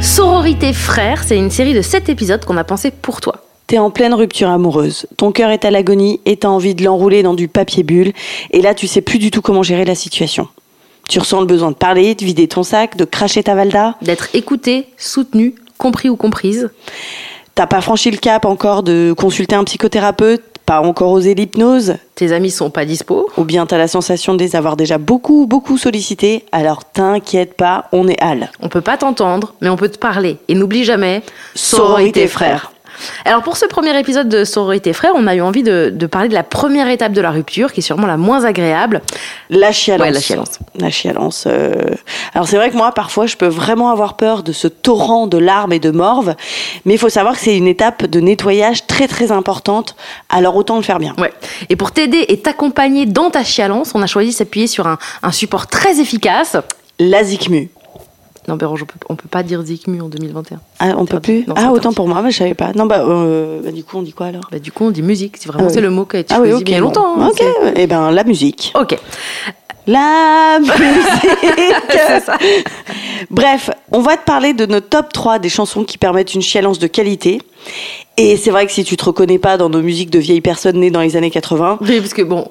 Sororité Frères, c'est une série de 7 épisodes qu'on a pensé pour toi. T'es en pleine rupture amoureuse, ton cœur est à l'agonie et t'as envie de l'enrouler dans du papier bulle, et là tu sais plus du tout comment gérer la situation. Tu ressens le besoin de parler, de vider ton sac, de cracher ta valda. D'être écouté, soutenu, compris ou comprise. T'as pas franchi le cap encore de consulter un psychothérapeute, pas encore osé l'hypnose, Tes amis sont pas dispo. ou bien t'as la sensation de les avoir déjà beaucoup, beaucoup sollicités, alors t'inquiète pas, on est Al. On peut pas t'entendre, mais on peut te parler. Et n'oublie jamais, Sororité Frères. Alors pour ce premier épisode de Sororité Frères, on a eu envie de, de parler de la première étape de la rupture, qui est sûrement la moins agréable. La chialence. Ouais, la chialence. La chialence, euh, Alors c'est vrai que moi, parfois, je peux vraiment avoir peur de ce torrent de larmes et de morve, mais il faut savoir que c'est une étape de nettoyage très très importante, alors autant le faire bien. Ouais. Et pour t'aider et t'accompagner dans ta chialence, on a choisi de s'appuyer sur un, un support très efficace. La zikmu. Non, Bérange, on peut, on peut pas dire Zikmu en 2021. Ah, on peut plus Non, c'est Ah, autant interdit. pour moi, bah, je savais pas. Non, bah, euh, bah, du coup, on dit quoi alors Bah, du coup, on dit musique. C'est vraiment Ah oui. c'est le mot qui a été Ah oui, choisi ok. il y a bon. longtemps. hein. ok, et ben la musique. C'est- Ok. La musique Bref, on va te parler de nos top 3 des chansons qui permettent une chialence de qualité. Et c'est vrai que si tu te reconnais pas dans nos musiques de vieilles personnes nées dans les années 80, Oui, parce que bon,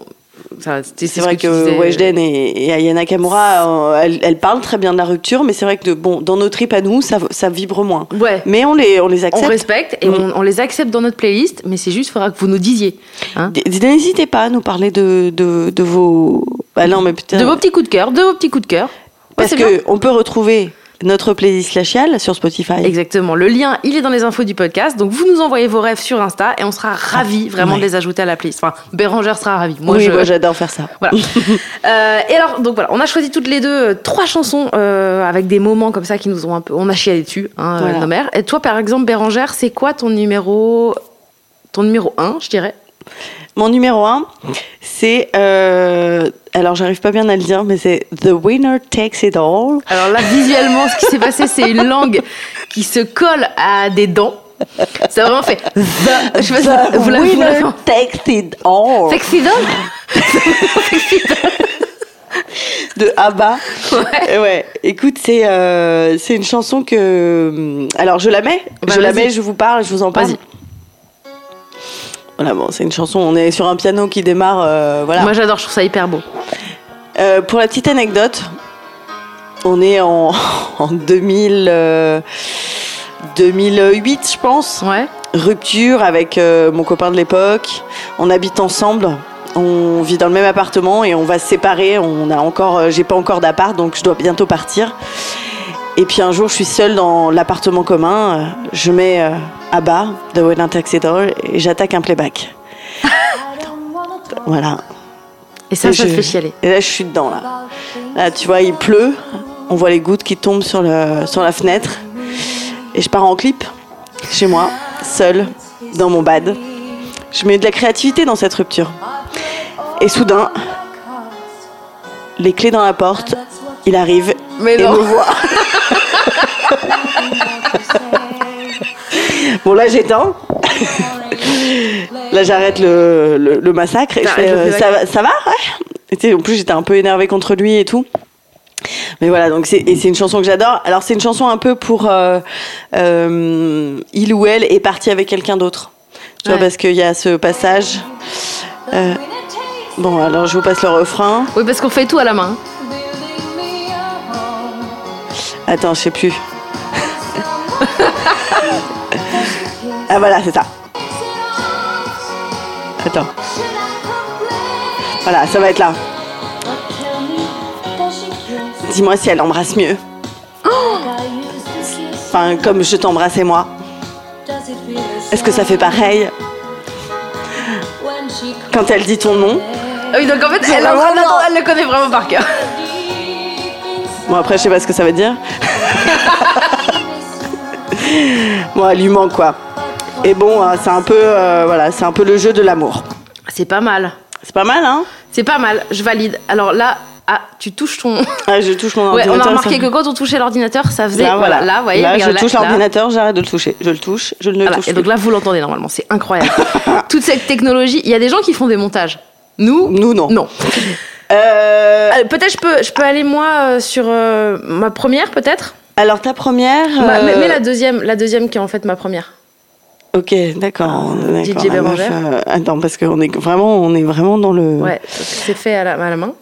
ça, c'était- c'est ce vrai tu que disais. euh, Weshden et, et Ayana Kamura, euh, elles, elles parlent très bien de la rupture, mais c'est vrai que de- bon, dans nos tripes à nous, ça, ça vibre moins. Ouais. Mais on les, on les On accepte. respecte et Mm. on, on les accepte dans notre playlist, mais c'est juste, il faudra que vous nous disiez. hein. D- N'hésitez pas à nous parler de, de, de vos. Bah non, mais putain. De vos petits coups de cœur, de vos petits coups de cœur. Ouais, Parce c'est bien. que on peut retrouver notre playlist La Chiale sur Spotify. Exactement. Le lien, il est dans les infos du podcast. Donc, vous nous envoyez vos rêves sur Insta et on sera ravis vraiment ouais. de les ajouter à la playlist. Enfin, Bérangère sera ravie. Moi, oui, je- moi j'adore faire ça. Voilà. Euh, et alors, donc voilà, on a choisi toutes les deux euh, trois chansons euh, avec des moments comme ça qui nous ont un peu. On a chialé dessus, hein, euh, Voilà. nos mères. Et toi, par exemple, Bérangère, c'est quoi ton numéro. Ton numéro 1, je dirais Mon numéro 1, c'est. euh, alors, j'arrive pas bien à le dire, mais c'est The Winner Takes It All. Alors là, visuellement, ce qui s'est passé, c'est une langue qui se colle à des dents. Ça a vraiment fait. The, je sais pas si The vous l'avez- vous l'avez. Winner Takes It All. Sexy dent de Abba. Euh, Ouais. Ouais. Écoute, c'est euh, c'est une chanson que. euh, Alors, je la mets. Bah, je la vas-y. mets, je vous parle, je vous en parle. Vas-y. Voilà, bon, c'est une chanson. On est sur un piano qui démarre. euh, voilà. Moi, j'adore, je trouve ça hyper beau. Euh, pour la petite anecdote, on est en, en 2000, euh, 2008, je pense. Ouais. Rupture avec euh, mon copain de l'époque. On habite ensemble. On vit dans le même appartement et on va se séparer. On a encore, euh, j'ai pas encore d'appart, donc je dois bientôt partir. Et puis un jour, je suis seule dans l'appartement commun. euh, Je mets euh, à bas The Wedding Taxi Doll et j'attaque un playback. voilà. Et ça, Et ça te je- fait chialer. Et là, je suis dedans, là. Là, tu vois, il pleut. On voit les gouttes qui tombent sur, le, sur la fenêtre. Et je pars en clip, chez moi, seule, dans mon bad. Je mets de la créativité dans cette rupture. Et soudain, les clés dans la porte, il arrive Mais et non. me voit. bon, là, j'éteins. Là, j'arrête le, le- le massacre et je T'arrêtes fais, le euh, playback. ça, va- ça va ouais. Et tu sais, En plus, j'étais un peu énervée contre lui et tout. Mais voilà, donc c'est et c'est une chanson que j'adore. Alors, c'est une chanson un peu pour euh, euh, il ou elle est parti avec quelqu'un d'autre. Tu vois, Ouais. parce qu'il y a ce passage. Euh, bon, alors je vous passe le refrain. Oui, parce qu'on fait tout à la main. Attends, je sais plus. ah voilà, c'est ça. Attends. Voilà, ça va être là. Dis-moi si elle embrasse mieux. Oh Enfin, comme je t'embrassais moi. Est-ce que ça fait pareil quand elle dit ton nom Ah oui, donc en fait, elle, est en train vraiment- d'attendre- elle le connaît vraiment par cœur. Bon, après, je sais pas ce que ça veut dire. bon, elle lui manque quoi. Et bon, euh, c'est un peu, euh, voilà, c'est un peu le jeu de l'amour. C'est pas mal. C'est pas mal, hein C'est pas mal, je valide. Alors là, ah, tu touches ton. Ah, Je touche mon Ouais, ordinateur. on a ça- remarqué que quand on touchait l'ordinateur, ça faisait. Là, voilà. Là, vous voyez, Là, regarde, je touche là. l'ordinateur, j'arrête de le toucher. Je le touche, je ne le Voilà. touche Et donc plus. là, vous l'entendez normalement, c'est incroyable. Toute cette technologie, il y a des gens qui font des montages. Nous, Nous, non. non. Euh, Euh, Peut-être je peux, je peux aller moi euh, sur euh, ma première, peut-être. alors, ta première. Ma- euh, Bah, mais, mais la deuxième, la deuxième qui est en fait ma première. Ok, Ah, d'accord. DJ d'accord, la meuf, Bérangère. euh, Attends, parce qu'on est vraiment, on est vraiment dans le. Ouais, c'est fait à la, à la main.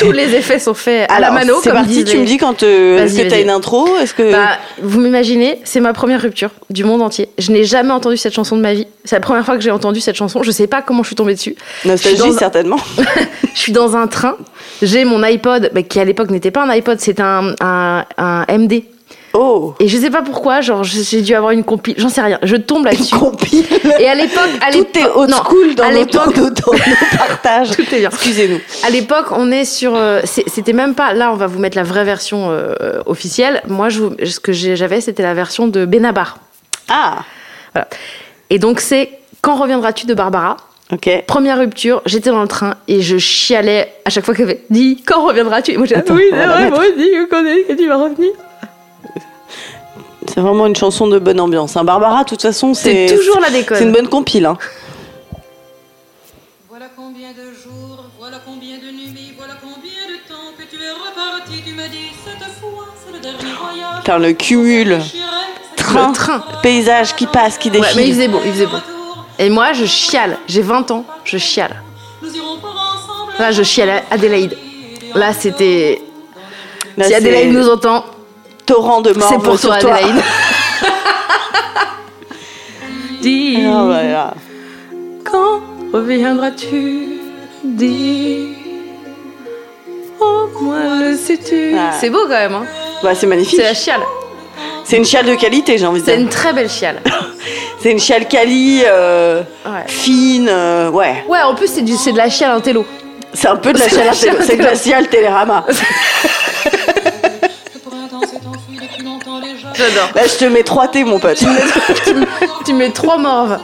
Tous les effets sont faits à Alors, la mano. c'est comme parti. disent Tu les- me dis quand euh, Vas-y, est-ce que t'as vas-y. une intro Est-ce que Bah, vous m'imaginez, c'est ma première rupture du monde entier. Je n'ai jamais entendu cette chanson de ma vie. C'est la première fois que j'ai entendu cette chanson. Je sais pas comment je suis tombée dessus. je nostalgie suis dans un- certainement Je suis dans un train. J'ai mon iPod, bah, qui à l'époque n'était pas un iPod, c'était un, un, un MD. Oh. Et je sais pas pourquoi, genre je- j'ai dû avoir une compile, j'en sais rien. Je tombe là-dessus. Compile. Et à l'époque, à Tout est l'époque- old non, school dans à nos l'époque- dans nos- dans nos partages. Tout est bien. Excusez-nous. À l'époque, on est sur. euh, c'est- c'était même pas. Là, on va vous mettre la vraie version euh, euh, officielle. Moi, je, vous- ce que j'ai- j'avais, c'était la version de Benabar. Ah. Voilà. Et donc, c'est Quand reviendras-tu de Barbara Ok. Première rupture, j'étais dans le train et je chialais à chaque fois qu'elle avait dit Quand reviendras-tu Et moi, j'étais là, Attends, Oui, on va c'est la vrai, mettre. moi aussi, je connais que tu vas revenir. C'est vraiment une chanson de bonne ambiance. hein. Barbara, de toute façon, c'est C'est toujours la déconne. C'est une bonne compile. hein. Voilà combien de jours, voilà combien de nuits, voilà combien de temps que tu es reparti. Tu me dis cette fois, c'est le dernier voyage. Car le cumul, train, train. paysage qui passe, qui Ouais, défile. mais il faisait beau, il faisait beau. Et moi, je chiale. J'ai 20 ans, je chiale. Nous irons pour ensemble. Là, je chiale à Adélaïde. Là, c'était. Là, Si c'est Adélaïde nous entend, torrent de mort. c'est pour toi, Adélaïde. Dis, Ah, quand reviendras-tu Dis, au moins le sais-tu. Ah. C'est beau quand même, hein Bah, c'est magnifique. C'est la chiale. C'est une chiale de qualité, j'ai envie de C'est dire. une très belle chiale. C'est une chiale quali, euh, Ouais. fine, euh, ouais. Ouais, en plus, c'est du- c'est de la chiale intello. C'est un peu de la C'est chiale, la intello- chiale c'est de la intello. chiale télérama. Le printemps s'est enfui depuis longtemps déjà. J'adore. Là, je te mets trois T, mon pote. Tu mets trois morves,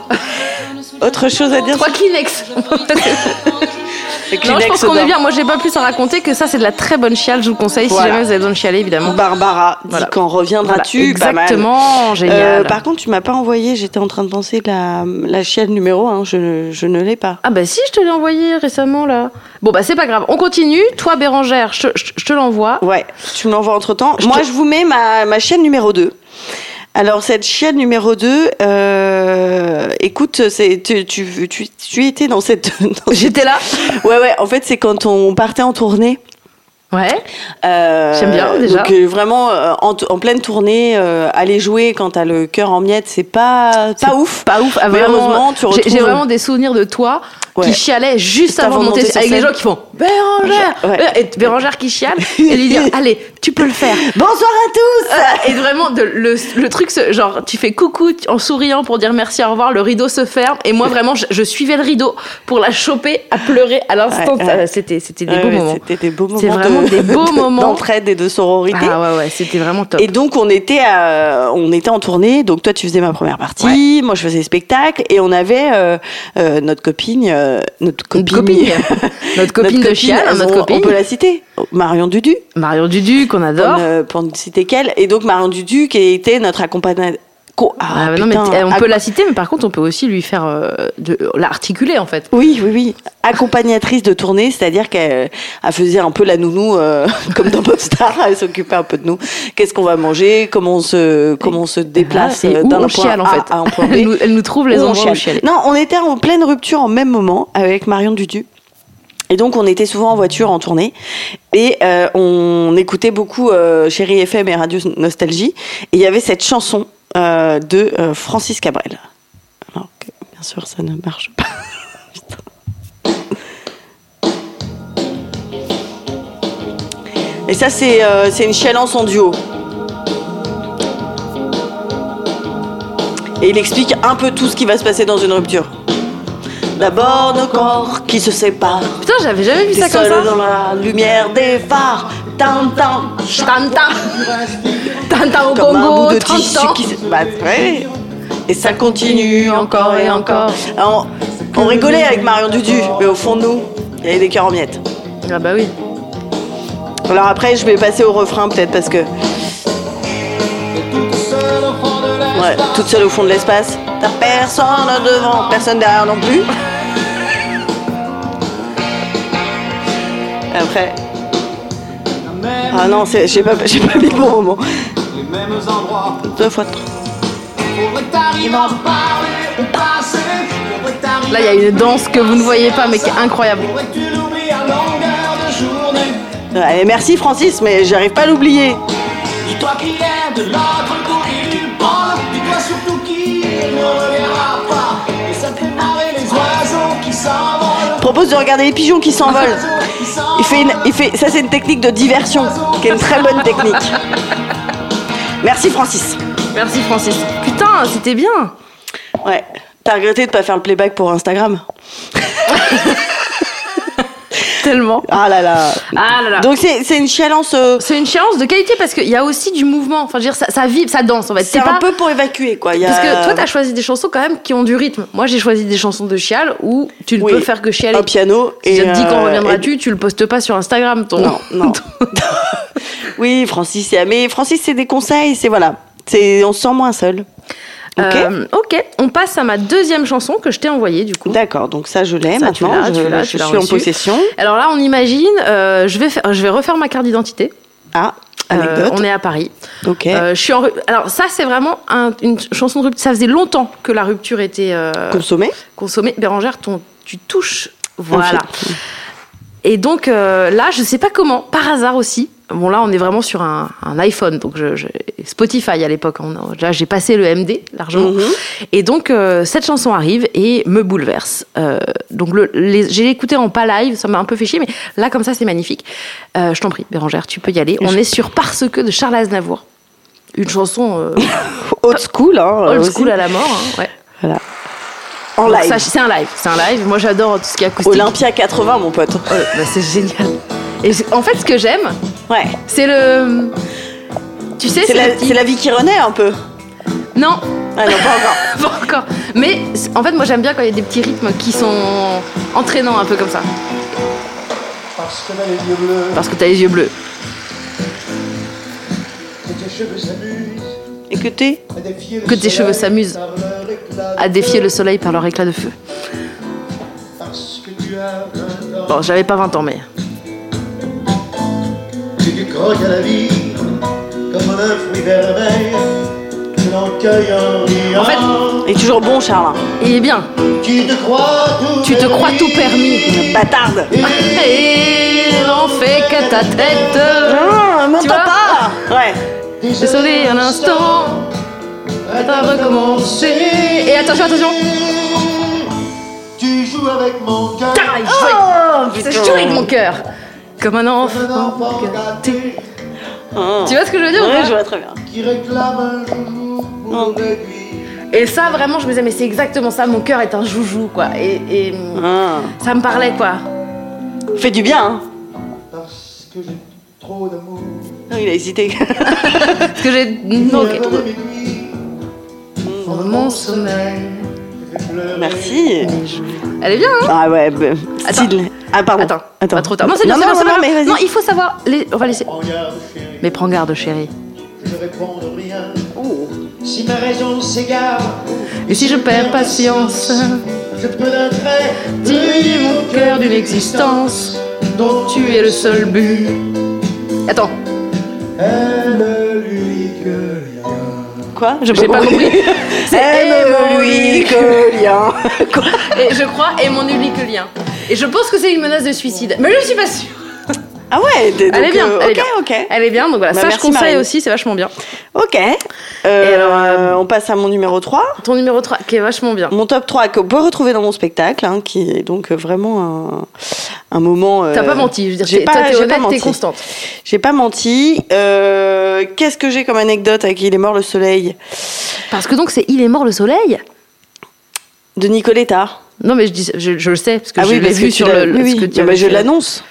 Autre chose à dire trois Kleenex. c'est Non, je pense Kleenex qu'on est dedans. bien. Moi, j'ai pas plus à raconter que ça, c'est de la très bonne chiale. Je vous le conseille si Voilà. Bah. jamais vous avez besoin de chialer, évidemment. Barbara, Voilà. dit quand reviendras-tu Voilà, Pas mal. exactement, génial. Euh, par contre, tu m'as pas envoyé, j'étais en train de penser de la, la chiale numéro 1, je, ne- je ne l'ai pas. Ah bah si, je te l'ai envoyé récemment là. Bon bah c'est pas grave, on continue. Toi Bérangère, je, je- je te l'envoie. Ouais, tu me l'envoies entre temps. Moi, je vous mets ma, ma chienne numéro 2. Alors, cette chienne numéro 2, euh, écoute, c'est, tu, tu, tu, tu étais dans cette. dans J'étais là. cette- Ouais, ouais, en fait, c'est quand on partait en tournée. Ouais. Euh, J'aime bien, déjà. Donc, euh, vraiment, euh, en, t- en pleine tournée, euh, aller jouer quand t'as le cœur en miettes, c'est pas, pas ouf. Pas ouf. Ah, Mais vraiment, heureusement, tu j'ai- retrouves. J'ai vraiment des souvenirs de toi Ouais. qui chialait juste Juste avant de monter, sur avec des scène. gens qui font Bérangère. Ouais. Euh, Et Bérangère qui chiale et lui dire allez, tu peux le faire. Bonsoir à tous! Euh, et vraiment de- le, le truc ce- genre tu fais coucou tu- en souriant pour dire merci au revoir le rideau se ferme et moi vraiment je, je suivais le rideau pour la choper à pleurer à l'instant Ouais, ouais. Euh, c'était c'était des Ouais, beaux ouais, moments C'était des beaux moments. C'est vraiment de- des beaux de- moments. D'entraide et de sororité. ah ouais ouais c'était vraiment top Et donc on était à- on était en tournée, donc toi tu faisais ma première partie, moi je faisais le spectacle et on avait euh, euh, notre copine, euh, notre copine, Notre copine. Notre copine de chiale, hein, notre on, copine. on peut la citer, Marion Dudu, Marion Dudu qu'on pour adore ne, euh, pour ne citer qu'elle. Et donc Marion Dudu qui était notre accompagnatrice. Ah, non, mais t- on peut la citer, mais par contre, on peut aussi lui faire euh, de l'articuler en fait. Oui, oui, oui. Accompagnatrice de tournée, c'est-à-dire qu'elle elle faisait un peu la nounou euh, comme dans Popstar, elle s'occupait un peu de nous. Qu'est-ce qu'on va manger, comment on se, comment on se déplace Ah, et euh, où d'un on point chiale, en A fait. à un point B. Elle nous- elle nous trouve les Où on endroits où chiale. chialer. Non, on était en pleine rupture en même moment avec Marion Dudu. Et donc on était souvent en voiture en tournée et euh, on écoutait beaucoup euh, Chérie FM et Radio Nostalgie et il y avait cette chanson euh, de euh, Francis Cabrel. Alors que bien sûr ça ne marche pas. Putain. et ça c'est euh, c'est une chialance en duo. Et il explique un peu tout ce qui va se passer dans une rupture. D'abord nos corps qui se séparent. Putain, j'avais jamais vu T'es ça comme seul ça. dans la lumière des phares. Tintin. Tintin Tintin au Comme un Congo, bout de 30 tissu ans qui se... Bah, ouais. Et ça continue encore et encore. Alors, on, on rigolait avec Marion Dudu, mais au fond de nous, il y avait des cœurs en miettes. Ah bah oui. Alors après, je vais passer au refrain peut-être parce que... Ouais, toute seule au fond de l'espace. T'as personne devant, personne derrière non plus. Et Après... Ah non, c'est- j'ai pas, j'ai pas mis le bon moment. les mêmes endroits. Deux fois trois. Faudrait que t'arrives à en parler au passé. Faudrait que t'arrives Là, il y a une danse que vous ne voyez pas, mais qui est incroyable. Faudrait que tu l'oublies à longueur de journée. Allez, merci Francis, mais j'arrive pas à l'oublier. Dis toi qu'il est de l'autre côté du bol. Dis-toi surtout qu'il ne reviendra pas. Et ça fait marrer les oiseaux qui s'envolent. Propose de regarder les pigeons qui s'envolent. Les oiseaux qui s'envolent. Il fait une, il fait, ça c'est une technique de diversion, qui est une très bonne technique. Merci Francis. Merci Francis. Putain, c'était bien. Ouais. T'as regretté de pas faire le playback pour Instagram Tellement. Ah là là. Ah là là. Donc c'est c'est une challenge. euh, C'est une séance de qualité parce qu'il y a aussi du mouvement. Enfin, je veux dire, ça, ça vibre, ça danse en fait. C'est T'es un Bah, pas- peu pour évacuer quoi. Il y a- Parce que toi, t'as choisi des chansons quand même qui ont du rythme. Moi, j'ai choisi des chansons de chial où tu ne Oui, peux faire que chialer. un piano Si et. je te dis quand euh, et- reviendras-tu, tu le postes pas sur Instagram. Ton... Non, non. oui, Francis, c'est- mais Francis c'est des conseils, c'est voilà. C'est on se sent moins seul. Ok. Euh, ok, on passe à ma deuxième chanson que je t'ai envoyée du coup. D'accord, donc ça je l'ai Ça, tu maintenant. l'as, je tu l'as, je tu l'as suis en reçu. possession. Alors là, on imagine, euh, je, vais faire- je vais refaire ma carte d'identité. Ah, Euh, anecdote. on est à Paris. Ok. Euh, je suis en ru- Alors ça, c'est vraiment un- une chanson de rupture. Ça faisait longtemps que la rupture était euh, Consommé. consommée. Bérangère, ton... tu touches. Voilà. En fait. Et donc euh, là, je sais pas comment, par hasard aussi. Bon là, on est vraiment sur un, un iPhone, donc je, je- Spotify à l'époque. on- Là, j'ai passé le MD largement. Mhm. Et donc euh, cette chanson arrive et me bouleverse. Euh, donc le, les- j'ai écouté en pas live, ça m'a un peu fait chier, mais là comme ça, c'est magnifique. Euh, je t'en prie, Bérangère, tu peux y aller. On est sur Parce que de Charles Aznavour, une chanson euh, Old school, hein. old Ah, aussi. school à la mort. hein, ouais. Voilà. En Donc live. ça, c'est un live, c'est un live. Moi, j'adore tout ce qui est acoustique. Olympia 80, mon pote. Oh, bah, c'est génial. Et c'est- en fait, ce que j'aime, Ouais. C'est le. Tu sais, C'est c'est la, le petit- c'est la vie qui renaît un peu. Non, Ah non, pas encore. pas encore. Mais c'est- en fait, moi j'aime bien quand il y a des petits rythmes qui sont entraînants un peu comme ça. Parce que là, les yeux bleus Parce que t'as les yeux bleus. et tes cheveux s'amusent. Écoutez, à défier le Que tes soleil cheveux s'amusent par leur éclat de À défier feu. le soleil par leur éclat de feu. Parce que tu as vingt ans, Bon, j'avais pas 20 ans, mais. tu te croques à la vie comme un fruit vermeil. Tu l'encueilles en riant. En fait, il est toujours bon, Charles. hein. il est bien. tu te crois tout Tu te crois tout permis. Bâtarde. Et on fait qu'à ta tête. Tu Ah, m'entends vois pas. Ouais. Désolé un instant. T'as recommencé. Et attention, attention. Tu joues avec mon cœur. Putain, il Oh, jouait. Ça jouait Oh, avec mon cœur. Comme un Un enfant. enfant gâté Ah. Tu vois ce que je veux dire ou Ouais, pas je vois très bien. qui réclame un jour pour lui. Et ça, vraiment, je me disais, mais c'est exactement ça, mon cœur est un joujou, quoi. Et, et, Ah. ça me parlait, quoi. Fait du bien. hein. Parce que j'ai trop d'amour. Non, il a hésité. Parce que j'ai. Non, ok. Rêve de mes nuits, font de Mon mon sommeil. pleurer. Merci. Elle est bien, hein Ah ouais. bah, Attends. style. Ah pardon. Attends, pas trop tard. Non, c'est bien, non, c'est bien, non, c'est non, bien. mais vas-y. Non, il faut savoir. les- On va laisser. Regarde, chérie, Mais prends garde, chérie. je ne réponds de rien. Si ma raison s'égare, Et si je perds patience, je peux d'un trait dis mon cœur d'une existence dont tu es le seul but. Attends, Aime-lui que Quoi Je j'ai pas compris. C'est Eh, Aime-lui que lien. Quoi Et je crois, et mon unique lien. Et je pense que c'est une menace de suicide. Mais je suis pas sûre. Ah ouais, d- Elle donc, est bien, euh, elle est ok, bien. ok. Elle est bien, donc voilà. Bah, ça, je merci, conseille Marine. aussi, c'est vachement bien. Ok. Euh, alors, euh, on passe à mon numéro 3. Ton numéro 3, qui est vachement bien. Mon top 3 que vous pouvez retrouver dans mon spectacle, hein, qui est donc vraiment un, un moment. euh, T'as pas menti, je veux dire, j'ai t'es- toi, pas- t'es j'ai honnête, pas t'es menti. constante. J'ai pas menti. Euh, Qu'est-ce que j'ai comme anecdote avec Il est mort le soleil Parce que donc, c'est Il est mort le soleil de Nicoletta Non, mais je, dis, je, je le sais, parce que Ah je oui, l'ai parce que vu tu sur l'as- le. oui, parce oui, que tu mais avais je fait- l'annonce.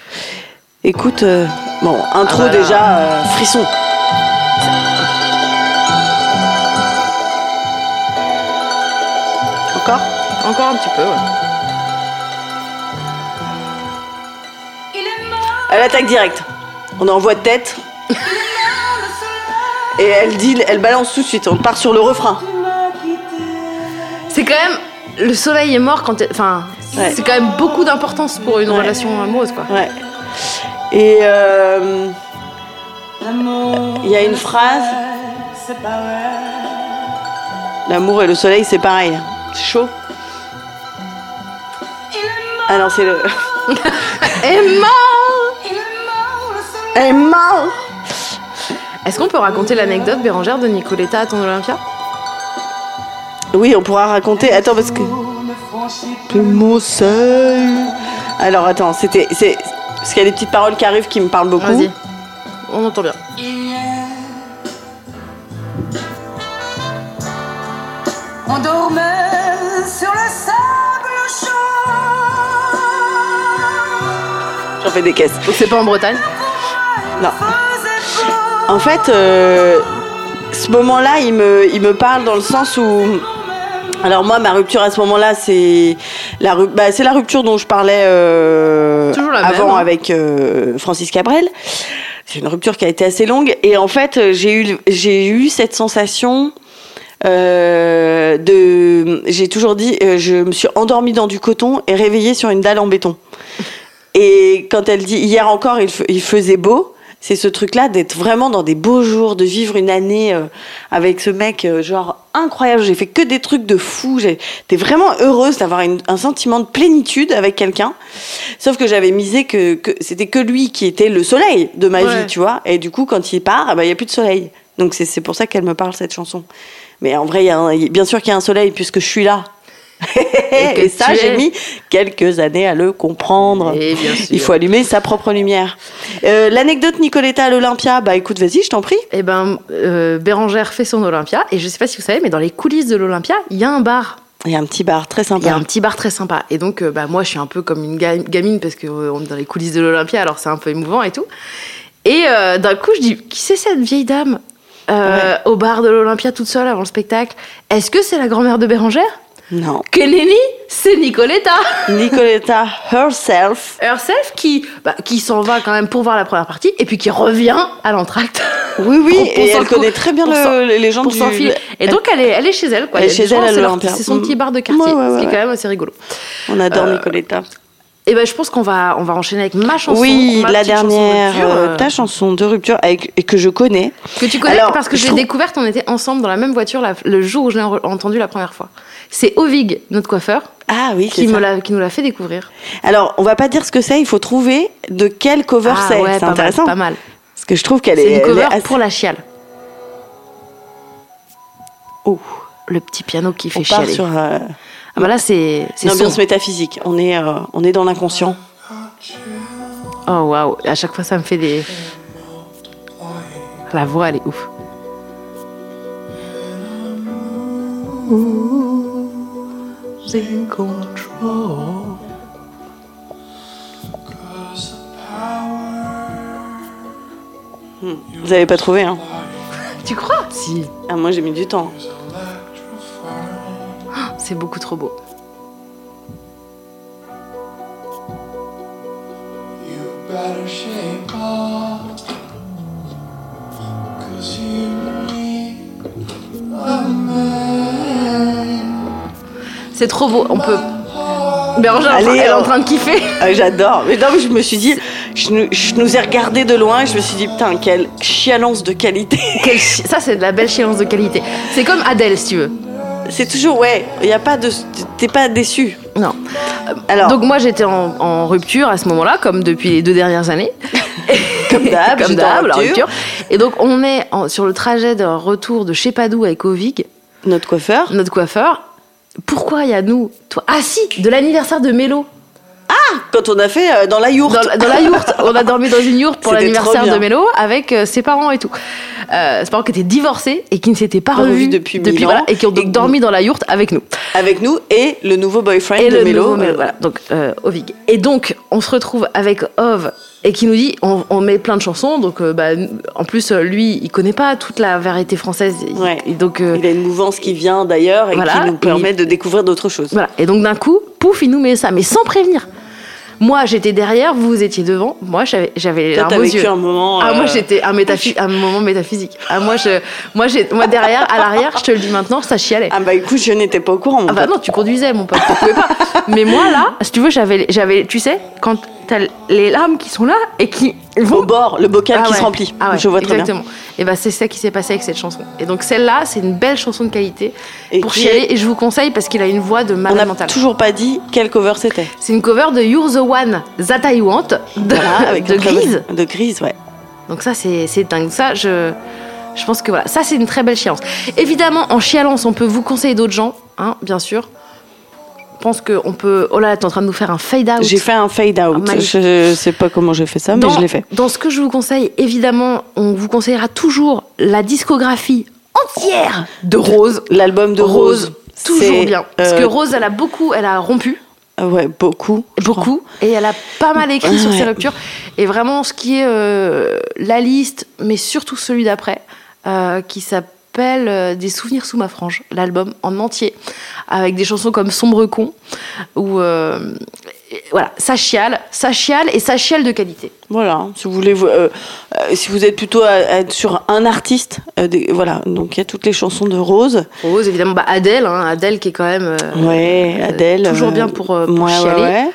Écoute, euh, bon, intro voilà. déjà, euh, frisson. Encore Encore un petit peu, ouais. Il est mort Elle attaque direct. On est en voix de tête. Et elle dit, elle balance tout de suite. On part sur le refrain. C'est quand même. Le soleil est mort quand. t'es- Enfin, Ouais. c'est quand même beaucoup d'importance pour une relation amoureuse, quoi. Ouais. Et euh, il y a une phrase. L'amour et le soleil, c'est pareil. C'est chaud. Ah non, c'est le. Et mort Emma. Est-ce qu'on peut raconter l'anecdote Bérangère de Nicoletta à ton Olympia Oui, on pourra raconter. Attends, parce que. Plus mon seuil. Alors, attends, c'était. c'est- Parce qu'il y a des petites paroles qui arrivent qui me parlent beaucoup. Vas-y. On entend bien. On dormait sur le sable chaud. J'en fais des caisses. Donc c'est pas en Bretagne. Non. Faisait beau. En fait, euh, ce moment-là, il me, il me parle dans le sens où. Alors moi, ma rupture à ce moment-là, c'est la, ru- bah, c'est la rupture dont je parlais euh, Toujours la avant même, hein. avec euh, Francis Cabrel. C'est une rupture qui a été assez longue. Et en fait, euh, j'ai eu, j'ai eu cette sensation euh, de... J'ai toujours dit, euh, je me suis endormie dans du coton et réveillée sur une dalle en béton. Et quand elle dit hier encore, il, fe- il faisait beau, c'est ce truc-là d'être vraiment dans des beaux jours, de vivre une année euh, avec ce mec, euh, genre incroyable. J'ai fait que des trucs de fou. J'étais vraiment heureuse d'avoir une- un sentiment de plénitude avec quelqu'un. Sauf que j'avais misé que, que c'était que lui qui était le soleil de ma Ouais. vie, tu vois. Et du coup, quand il part, eh ben, il n'y a plus de soleil. Donc c'est c'est pour ça qu'elle me parle cette chanson. Mais en vrai, il y a un- il- bien sûr qu'il y a un soleil puisque je suis là. que Et, ça, tu j'ai es. mis quelques années à le comprendre. Et Eh, bien sûr. Il faut allumer sa propre lumière. Euh, L'anecdote Nicoletta à l'Olympia, bah écoute, vas-y, je t'en prie. Eh ben, euh, Bérangère fait son Olympia. Et je sais pas si vous savez, mais dans les coulisses de l'Olympia, il y a un bar. Il y a un petit bar très Il y a sympa. un petit bar très sympa. Et donc, euh, bah, moi, je suis un peu comme une ga- gamine parce que euh, on est dans les coulisses de l'Olympia, alors c'est un peu émouvant et tout. Et euh, d'un coup, je dis Qui c'est cette vieille dame euh, au bar de l'Olympia toute seule avant le spectacle Est-ce que c'est la grand-mère de Bérangère Non. Que nenni C'est Nicoletta Nicoletta herself. Herself qui, bah, qui s'en va quand même pour voir la première partie et puis qui revient à l'entracte. Oui, oui, Pour- pour et s'en elle cou- connaît très bien pour le- s'en- les gens pour du- s'enfiler. Et donc elle est, elle est chez elle quoi. Elle est Il y a chez des gens, elle à c'est leur- l'Olympia. C'est son Mm. petit bar de quartier, Ouais, ouais, ce qui est ouais. quand même assez rigolo. On adore Nicoletta. Et ben je pense qu'on va on va enchaîner avec ma chanson. oui, ma la petite chanson de dernière, rupture, euh, euh, ta chanson de rupture avec, et que je connais. que tu connais Alors, parce que je je l'ai trouve- découverte. On était ensemble dans la même voiture la- le jour où je l'ai en- entendue la première fois. C'est Ovig, notre coiffeur, Ah oui, qui c'est me ça. l'a qui nous l'a fait découvrir. Alors, on va pas dire ce que c'est, il faut trouver de quel cover Ah c'est. ouais, c'est pas mal, intéressant. pas mal. Parce que je trouve qu'elle est, C'est une elle cover est assez- pour la chiale. Oh, Le petit piano qui fait on part chialer. sur euh, Ah bah là c'est c'est une ambiance sombre. métaphysique. On est, euh, on est dans l'inconscient. Oh waouh, à chaque fois ça me fait des. La voix elle est ouf. Vous avez pas trouvé, hein Tu crois Si. Ah, moi j'ai mis du temps. C'est beaucoup trop beau. C'est trop beau, on peut. Bérangère elle est en train- Allez, elle est on- en train de kiffer. Ah, J'adore. Mais non, mais je me suis dit, je nous, je nous ai regardé de loin et je me suis dit, putain, quelle chialence de qualité. Quelle chi- Ça, c'est de la belle chialence de qualité. C'est comme Adèle, si tu veux. C'est toujours, ouais, il n'y a pas de. T'es pas déçu. Non. Alors, Donc moi j'étais en, en rupture à ce moment-là, comme depuis les deux dernières années. Comme d'hab, comme j'étais en d'hab, la rupture. rupture. Et donc on est en- sur le trajet d'un retour de chez Padoue avec Ovig, notre coiffeur. notre coiffeur. Pourquoi il y a nous toi Ah si, de l'anniversaire de Mélo. Quand on a fait euh, dans la yourte. Dans, la- dans la yourte. On a dormi dans une yourte pour C'était trop l'anniversaire bien. de Mélo avec euh, ses parents et tout. Euh, ses parents qui étaient divorcés et qui ne s'étaient pas Pas revus revus depuis mille ans. voilà, et qui ont donc Et- dormi dans la yourte avec nous. Avec nous et le nouveau boyfriend Et de le Mélo. nouveau Mélo, voilà. Donc, euh, Ovig. Et donc, on se retrouve avec Ov et qui nous dit on, on met plein de chansons. Donc, euh, bah, en plus, euh, lui, il connaît pas toute la variété française. Il- Ouais. Et donc, euh, Il a une mouvance qui vient d'ailleurs et Voilà, qui nous et- permet de découvrir d'autres choses. voilà. Et donc, d'un coup, pouf, il nous met ça, mais sans prévenir. Moi, j'étais derrière, vous étiez devant. Moi, j'avais, j'avais les Toi, larmes t'as aux vécu yeux. un moment. Ah, euh, moi, j'étais un, métaphy- un moment métaphysique. Ah, moi, je, moi, j'ai, moi, derrière, à l'arrière, je te le dis maintenant, ça chialait. Ah bah écoute, je n'étais pas au courant. mon Ah bah pote. non, tu conduisais, mon pote, tu pouvais pas. Mais moi, là, si tu veux, j'avais, j'avais, tu sais, quand t'as les larmes qui sont là et qui vont Au bord, le bocal Ah qui ouais. se remplit. Ah ouais, je vois très bien. exactement. Et bah c'est ça qui s'est passé avec cette chanson. Et donc celle-là, c'est une belle chanson de qualité Et pour qui chialer. Et je vous conseille parce qu'il a une voix de On malade n'a mental. toujours pas dit quel cover c'était. C'est une cover de You're the One That I Want de, Voilà, avec de un cover- Grise. De Grise, ouais. Donc ça, c'est c'est dingue. Ça, je, je pense que voilà, ça, c'est une très belle chiance. Évidemment, en chialant, on peut vous conseiller d'autres gens, hein, bien sûr. Je pense qu'on peut... Oh là là, t'es en train de nous faire un fade-out. J'ai fait un fade out. Ah, magnifique. je sais pas comment j'ai fait ça, mais je l'ai fait. Dans ce que je vous conseille, évidemment, on vous conseillera toujours la discographie entière de Rose. L'album de Rose, toujours c'est, bien. Parce euh, que Rose, elle a beaucoup, elle a rompu Ah Ouais, beaucoup. je crois. beaucoup et elle a pas mal écrit sur Ouais. ses ruptures. Et vraiment, ce qui est euh, la liste, mais surtout celui d'après, euh, qui s'appelle euh, Des souvenirs sous ma frange, l'album en entier, avec des chansons comme Sombre con, ou euh, et voilà, ça chiale, ça chiale et ça chiale de qualité. Voilà, si vous voulez, vous- euh, euh, si vous êtes plutôt à- à être sur un artiste, euh, des- voilà. Donc il y a toutes les chansons de Rose. Rose, évidemment, bah Adèle, hein, Adèle qui est quand même. euh, Ouais, euh, Adèle. toujours euh, bien pour, euh, pour ouais, ouais, chialer. ouais.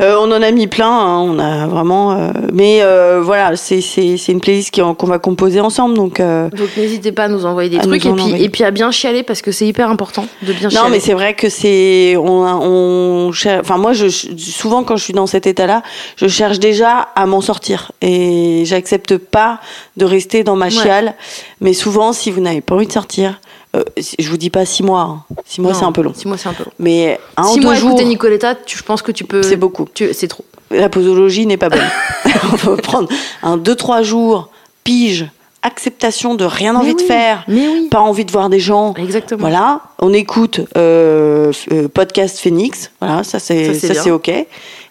Euh, on en a mis plein, hein, on a vraiment. euh, mais euh, voilà, c'est c'est- c'est une playlist qui- qu'on va composer ensemble, donc. euh, Donc n'hésitez pas à nous envoyer des À trucs nous et en puis, envoyer. et puis à bien chialer parce que c'est hyper important de bien chialer. Non, mais c'est vrai que c'est on, a- on cher- enfin moi je souvent quand je suis dans cet état-là, je cherche déjà à m'en sortir et j'accepte pas de rester dans ma chiale. Mais souvent, si vous n'avez pas envie de sortir, euh, si- je vous dis pas six mois. hein. Six mois, Non, c'est un peu long. Six mois, c'est un peu long. Mais un Six ou deux mois, jours, écoutez euh, Nicoletta, tu, je pense que tu peux. c'est beaucoup. tu- C'est trop. La posologie n'est pas bonne. on peut prendre un deux trois jours pige acceptation de rien envie oui, de faire, mais oui. pas envie de voir des gens. Exactement. Voilà, on écoute euh, f- euh, podcast Phoenix, voilà, ça Ça, c'est c'est ça bien. c'est ok.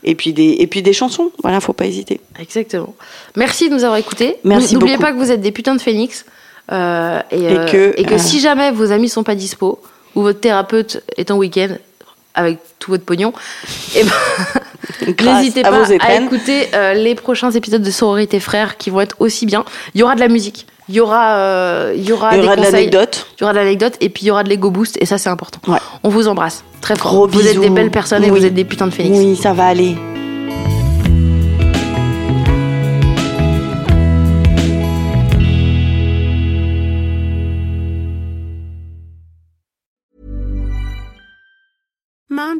Et puis des et puis des chansons, voilà, faut pas hésiter. Exactement. Merci de nous avoir écoutés. Merci N- N'oubliez beaucoup. pas que vous êtes des putains de phénix. euh, et, euh, que, et que euh, si jamais vos amis sont pas dispo ou votre thérapeute est en week-end avec tout votre pognon, et ben, Grâce n'hésitez à pas vos à épennes. écouter euh, les prochains épisodes de Sororité Frères qui vont être aussi bien. Il y aura de la musique, il y aura, euh, il y aura, Il y aura des de conseils, l'anecdote. il y aura de l'anecdote et puis il y aura de l'ego boost et ça c'est important. Ouais. On vous embrasse très fort. Gros vous êtes des bisous. belles personnes et Oui. vous êtes des putains de phénix. Oui, ça va aller. Mom